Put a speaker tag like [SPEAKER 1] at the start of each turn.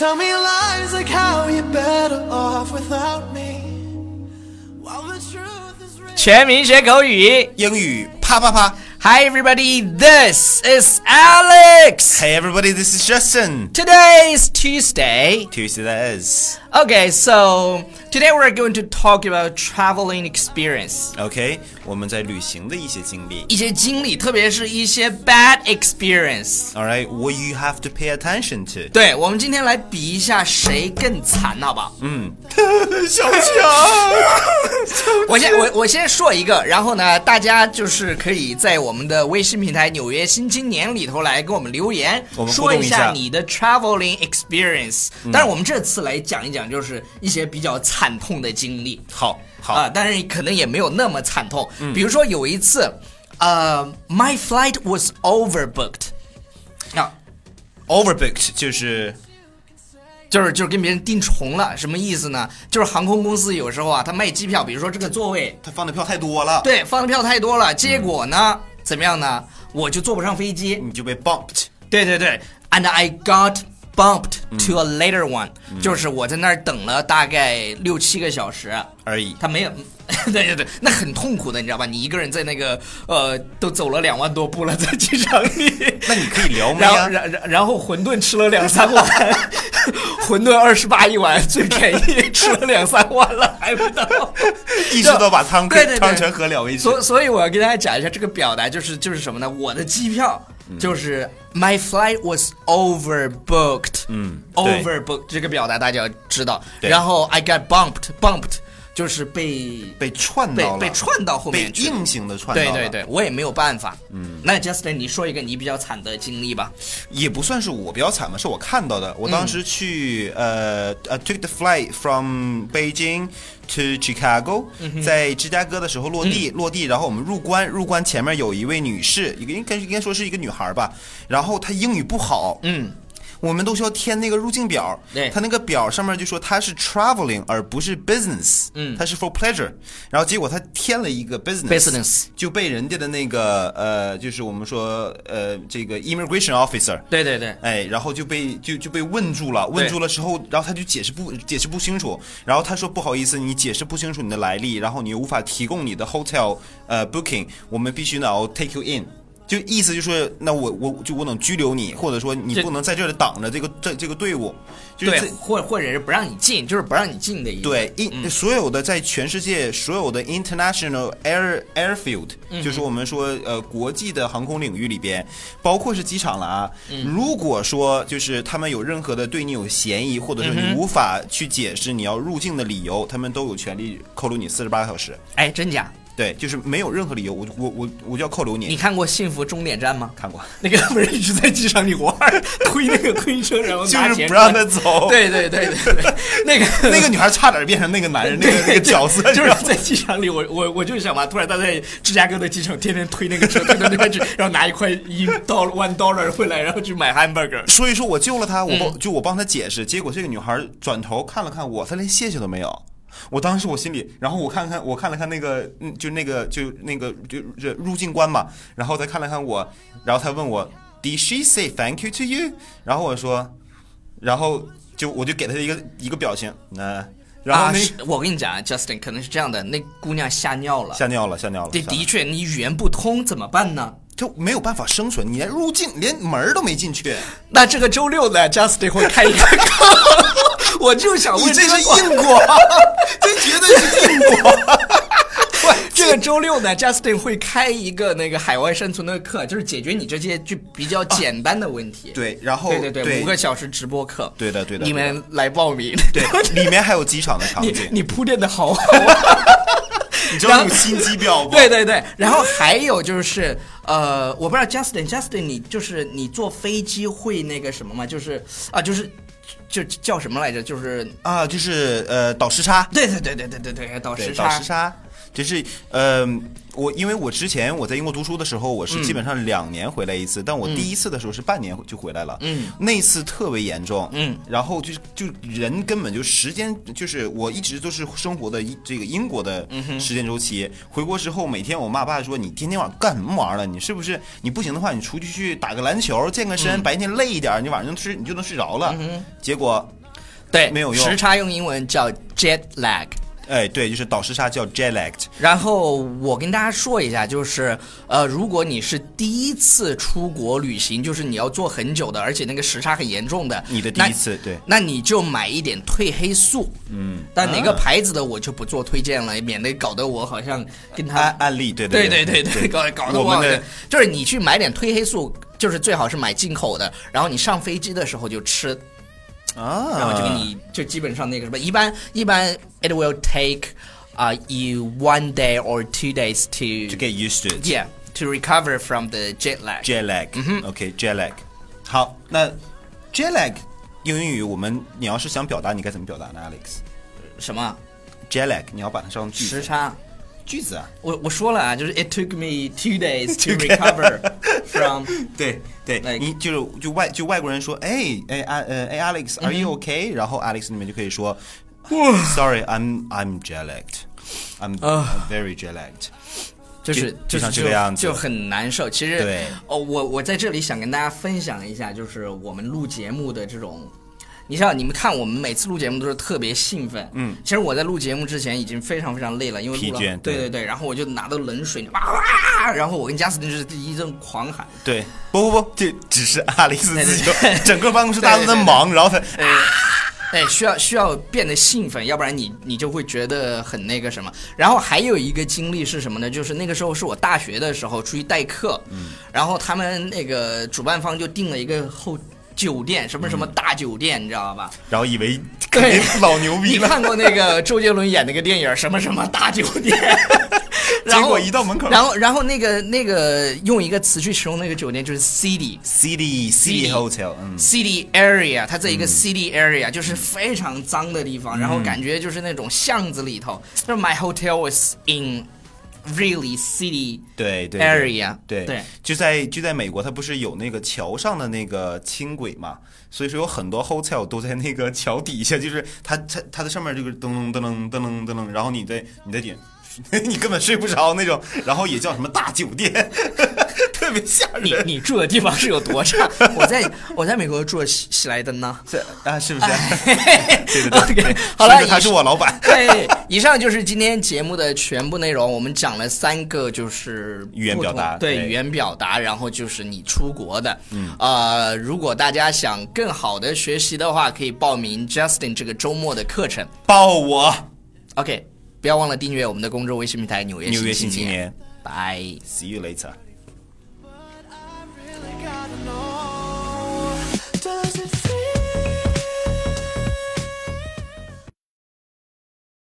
[SPEAKER 1] Tell me lies like how you're better off without me. While the truth is real.
[SPEAKER 2] 全民学口语
[SPEAKER 3] 英语啪啪啪
[SPEAKER 2] ！Hi everybody, this is Alex.
[SPEAKER 3] ！Hey everybody, this is Justin.
[SPEAKER 2] Today is Tuesday.
[SPEAKER 3] Tuesday that is.
[SPEAKER 2] Okay, so today we're going to talk about traveling experience.
[SPEAKER 3] OK，我们在旅行的一些经历。
[SPEAKER 2] 一些经历，特别是一些 bad experience。
[SPEAKER 3] All right, what you have to pay attention to.
[SPEAKER 2] 对，我们今天来比一下谁更惨，好不好？
[SPEAKER 3] 小强，
[SPEAKER 2] 我先我我先说一个，然后呢，大家就是可以在我们的微信平台《纽约新青年》里头来跟我们留言，
[SPEAKER 3] 我们互
[SPEAKER 2] 说
[SPEAKER 3] 动
[SPEAKER 2] 一
[SPEAKER 3] 一下嗯
[SPEAKER 2] 你的 traveling experience。但是我们这次来讲一讲，就是一些比较惨痛的经历。
[SPEAKER 3] 好好、嗯
[SPEAKER 2] 啊、但是可能也没有那么惨痛。比如说有一次，呃，my flight was overbooked，啊，
[SPEAKER 3] o v e r b o o k e d 就是
[SPEAKER 2] 就是就是跟别人订重了，什么意思呢？就是航空公司有时候啊，他卖机票，比如说这个座位
[SPEAKER 3] 他放的票太多了，，
[SPEAKER 2] 对，放的票太多了，结果呢，怎么样呢？我就坐不上飞机。
[SPEAKER 3] 你就被 bumped。
[SPEAKER 2] 对对对，and I got bumped to a later one，、就是我在那儿等了大概六七个小时
[SPEAKER 3] 而已
[SPEAKER 2] 他没有， 对对对，那很痛苦的，你知道吧？你一个人在那个呃，都走了两万多步了，在机场里。
[SPEAKER 3] 那你可以撩妹
[SPEAKER 2] 然后，
[SPEAKER 3] 啊。
[SPEAKER 2] 然然然后馄饨吃了两三碗， 馄饨二十八一碗，最便 宜，吃了两三碗了，还不到，
[SPEAKER 3] 一直都把汤
[SPEAKER 2] 对对对
[SPEAKER 3] 汤全喝了为止。
[SPEAKER 2] 所所以我要跟大家讲一下这个表达，就是就是什么呢？我的机票
[SPEAKER 3] 嗯
[SPEAKER 2] 就是 my flight was overbooked，
[SPEAKER 3] 嗯对
[SPEAKER 2] ，overbooked 这个表达大家要知道。
[SPEAKER 3] 对
[SPEAKER 2] 然后 I got bumped，bumped 就是被
[SPEAKER 3] 被串
[SPEAKER 2] 被
[SPEAKER 3] 到了，
[SPEAKER 2] 被串到后面
[SPEAKER 3] 被
[SPEAKER 2] 去了
[SPEAKER 3] 硬性的串到
[SPEAKER 2] 对
[SPEAKER 3] 了。
[SPEAKER 2] 对对，我也没有办法。嗯，那 Justin，你说一个你比较惨的经历吧。
[SPEAKER 3] 也不算是我比较惨吧，是我看到的。我当
[SPEAKER 2] 嗯
[SPEAKER 3] 时去、呃呃 took the flight from Beijing to Chicago，、在
[SPEAKER 2] 嗯
[SPEAKER 3] 芝加哥的时候落地、落地，然后我们入关，入关前面有一位女士，一个应该应该说是一个女孩吧，然后她英语不好，
[SPEAKER 2] 嗯。
[SPEAKER 3] 我们都需要填那个入境表
[SPEAKER 2] 对，
[SPEAKER 3] 她那个表上面就说她是 traveling 而不是 business，
[SPEAKER 2] 嗯
[SPEAKER 3] 她是 for pleasure，然后结果她填了一个 business，
[SPEAKER 2] Business
[SPEAKER 3] 嗯就被人家的那个呃，就是我们说呃这个 immigration officer，
[SPEAKER 2] 对对对，
[SPEAKER 3] 哎，然后就被就就被问住了，问住了之后，然后他就解释不解释不清楚，然后他说不好意思，你解释不清楚你的来历，然后你又无法提供你的 hotel 呃 booking，我们必须呢 I'll take you in。就意思就是，那我我就我能拘留你，或者说你
[SPEAKER 2] 这
[SPEAKER 3] 不能在这里挡着这个这这个队伍，就是
[SPEAKER 2] 对
[SPEAKER 3] 这，
[SPEAKER 2] 或或者是不让你进，就是不让你进的意思。
[SPEAKER 3] 对，因、
[SPEAKER 2] 嗯
[SPEAKER 3] 所有的在全世界所有的 international air airfield，、就是
[SPEAKER 2] 嗯
[SPEAKER 3] 我们说呃国际的航空领域里边，包括是机场了啊。
[SPEAKER 2] 嗯
[SPEAKER 3] 如果说就是他们有任何的对你有嫌疑，或者说
[SPEAKER 2] 嗯
[SPEAKER 3] 你无法去解释你要入境的理由，他们都有权利扣留你四十八小时。
[SPEAKER 2] 哎，真假？
[SPEAKER 3] 对，就是没有任何理由，我就我我我就要扣留你。
[SPEAKER 2] 你看过《幸福终点站》吗？
[SPEAKER 3] 看过，
[SPEAKER 2] 那个不是一直在机场里玩儿， 推那个推车，然后
[SPEAKER 3] 就
[SPEAKER 2] 拿
[SPEAKER 3] 是
[SPEAKER 2] 钱
[SPEAKER 3] 不让他走。，
[SPEAKER 2] 对对对对对，那个
[SPEAKER 3] 那个女孩差点变成那个男人那个那
[SPEAKER 2] 对
[SPEAKER 3] 个角色，
[SPEAKER 2] 就
[SPEAKER 3] 你知
[SPEAKER 2] 是
[SPEAKER 3] 道吗
[SPEAKER 2] 在机场里，我我我就想嘛，突然他在芝加哥的机场天天推那个车， 推推推推推，然后拿一块一 dollar one dollar 回来，然后去买 hamburger。
[SPEAKER 3] 所以说我救了她，我帮、
[SPEAKER 2] 嗯
[SPEAKER 3] 就我帮她解释，结果这个女孩转头看了看我，她连谢谢都没有。我当时我心里，然后我看看我看了看那个，嗯，就那个就那个就就入境官嘛，然后她看了看我，然后她问我，Did she say thank you to you？然后我说，然后就我就给她一个一个表情，那、然后
[SPEAKER 2] 啊
[SPEAKER 3] 那、
[SPEAKER 2] 是我跟你讲啊，Justin 可能是这样的，那姑娘吓尿了。
[SPEAKER 3] 吓尿了，吓尿了，
[SPEAKER 2] 对，
[SPEAKER 3] 吓尿
[SPEAKER 2] 的
[SPEAKER 3] 了
[SPEAKER 2] 确，你语言不通怎么办呢？
[SPEAKER 3] 就没有办法生存，你连入境连门儿都没进去，
[SPEAKER 2] 那这个周六呢，Justin 会开一个课， 我就想问
[SPEAKER 3] 你这
[SPEAKER 2] 个
[SPEAKER 3] 是硬果， 这绝对是硬果。
[SPEAKER 2] 这个周六呢，Justin 会开一个那个海外生存的课，就是解决你这些就比较简单的问题。
[SPEAKER 3] 对，然后
[SPEAKER 2] 对对对，五个小时直播课。
[SPEAKER 3] 对的对的
[SPEAKER 2] 你们来报名。
[SPEAKER 3] 对，里面还有机场的场
[SPEAKER 2] 你
[SPEAKER 3] 景，
[SPEAKER 2] 你铺垫 的好好啊。
[SPEAKER 3] 你
[SPEAKER 2] 知道那种
[SPEAKER 3] 心机婊
[SPEAKER 2] 对对对，然后还有就是呃，我不知道 Justin Justin 你就是你坐飞机会那个什么吗？就是啊，就是就就叫什么来着？就是
[SPEAKER 3] 啊，就是呃倒时差，
[SPEAKER 2] 对对对对对对对，倒
[SPEAKER 3] 对
[SPEAKER 2] 时
[SPEAKER 3] 倒
[SPEAKER 2] 差
[SPEAKER 3] 时。差，就是呃，我因为我之前我在英国读书的时候，我
[SPEAKER 2] 嗯
[SPEAKER 3] 是基本上两年回来一次，但我第一次的时候是半年就回来了，嗯，那次特别严重，
[SPEAKER 2] 嗯，
[SPEAKER 3] 然后就是就人根本就时间就是我一直都是生活的一这个英国的
[SPEAKER 2] 嗯
[SPEAKER 3] 时间周期，回国之后每天我妈爸说你天天晚上干什么玩意儿了？你是不是你不行的话，你出去去打个篮球，健个
[SPEAKER 2] 嗯
[SPEAKER 3] 身，白天累一点，你晚上睡你就能睡着了，结果。
[SPEAKER 2] 对，
[SPEAKER 3] 没有用
[SPEAKER 2] 时差用英文叫 jet lag。
[SPEAKER 3] 哎，对，就是倒时差叫 jet lag，
[SPEAKER 2] 然后我跟大家说一下，就是呃，如果你是第一次出国旅行，就是你要坐很久的，而且那个时差很严重的，
[SPEAKER 3] 你的第一次对
[SPEAKER 2] 那，那你就买一点褪黑素，嗯，但哪个牌子的我就不做推荐了，免得搞得我好像跟他
[SPEAKER 3] 案案例，啊对
[SPEAKER 2] 对
[SPEAKER 3] 对
[SPEAKER 2] 对对，搞搞得
[SPEAKER 3] 我
[SPEAKER 2] 好
[SPEAKER 3] 们
[SPEAKER 2] 像
[SPEAKER 3] 的
[SPEAKER 2] 就是你去买点褪黑素，就是最好是买进口的，然后你上飞机的时候就吃，
[SPEAKER 3] 啊，
[SPEAKER 2] 然后就给你就基本上那个什么，一般一般 it will take 啊、you one day or two days to
[SPEAKER 3] to get used 嗯 to it
[SPEAKER 2] yeah to recover from the jet lag。
[SPEAKER 3] jet lag，OK jet lag，好，那 jet lag 英语我们你要是想表达，你该怎么表达呢，Alex？jet
[SPEAKER 2] 什么
[SPEAKER 3] lag 你要把它上句
[SPEAKER 2] 时
[SPEAKER 3] 子，
[SPEAKER 2] 差？
[SPEAKER 3] 句子啊，
[SPEAKER 2] 我我说了啊，就是 it took me two days to recover from。
[SPEAKER 3] 对对
[SPEAKER 2] Like-
[SPEAKER 3] 你就是就外就外国人说，哎哎啊呃哎 Alex，are you OK？然后 Alex 你们就可以说，sorry，I'm I'm jet lagged，I'm I'm very jet lagged。
[SPEAKER 2] 就是
[SPEAKER 3] 就
[SPEAKER 2] 就是
[SPEAKER 3] 像这个样子
[SPEAKER 2] 就很难受。其实
[SPEAKER 3] 对，
[SPEAKER 2] 哦，我我在这里想跟大家分享一下，就是我们录节目的这种。你像你们看，我们每次录节目都是特别兴奋。嗯，其实我在录节目之前已经非常非常累了，因为录了
[SPEAKER 3] 疲倦
[SPEAKER 2] 对
[SPEAKER 3] 对
[SPEAKER 2] 对，然后我就拿到冷水，哇哇哇，然后我跟贾斯汀就是一阵狂喊。
[SPEAKER 3] 对，不不不，这只是阿里斯自己
[SPEAKER 2] 对对对，
[SPEAKER 3] 整个办公室大家都在忙，然后他
[SPEAKER 2] 呃，哎，需要需要变得兴奋，要不然你你就会觉得很那个什么。然后还有一个经历是什么呢？就是那个时候是我大学的时候出去代课，
[SPEAKER 3] 嗯
[SPEAKER 2] 然后他们那个主办方就定了一个后酒店，什么什么
[SPEAKER 3] 嗯
[SPEAKER 2] 大酒店，你知道吧？
[SPEAKER 3] 然后以为肯定老牛逼
[SPEAKER 2] 你
[SPEAKER 3] 了，
[SPEAKER 2] 看过那个周杰伦演那个电影什么什么大酒店？
[SPEAKER 3] 结
[SPEAKER 2] 然后
[SPEAKER 3] 果一到门口，
[SPEAKER 2] 然后然后那个那个用一个词去形容那个酒店就是 city。
[SPEAKER 3] City City Hotel，嗯，
[SPEAKER 2] city area，它在一个 city area，、就是非常脏的地方，
[SPEAKER 3] 嗯
[SPEAKER 2] 然后感觉就是那种巷子里头。就是 my hotel was in really city
[SPEAKER 3] 对对
[SPEAKER 2] area，
[SPEAKER 3] 对
[SPEAKER 2] 对，
[SPEAKER 3] 就在就在美国，它不是有那个桥上的那个轻轨嘛，所以说有很多 hotel 都在那个桥底下， 就是它它它在上面就是噔噔噔噔噔噔噔，然后你在你在点， 你根本睡不着那种，然后也叫什么大酒店， 特别吓
[SPEAKER 2] 你
[SPEAKER 3] 人，
[SPEAKER 2] 你住的地方是有多差？我在我在美国住的喜喜来登呢。
[SPEAKER 3] 这啊是 不是？对对
[SPEAKER 2] OK，
[SPEAKER 3] 对，
[SPEAKER 2] 好了
[SPEAKER 3] 所以说他
[SPEAKER 2] 以
[SPEAKER 3] 是我老板。
[SPEAKER 2] 对，以上就是今天节目的全部内容。我们讲了三个，就是
[SPEAKER 3] 语言表达
[SPEAKER 2] 不同对
[SPEAKER 3] 对
[SPEAKER 2] 语言表达，然后就是你出国的。嗯，呃，如果大家想更好的学习的话，可以报名 Justin 这个周末的课程。
[SPEAKER 3] 抱我。
[SPEAKER 2] OK，不要忘了订阅我们的公众微信平台《纽约
[SPEAKER 3] 纽约
[SPEAKER 2] 新
[SPEAKER 3] 新青
[SPEAKER 2] 年
[SPEAKER 3] 年》。
[SPEAKER 2] 拜。
[SPEAKER 3] ，See you later。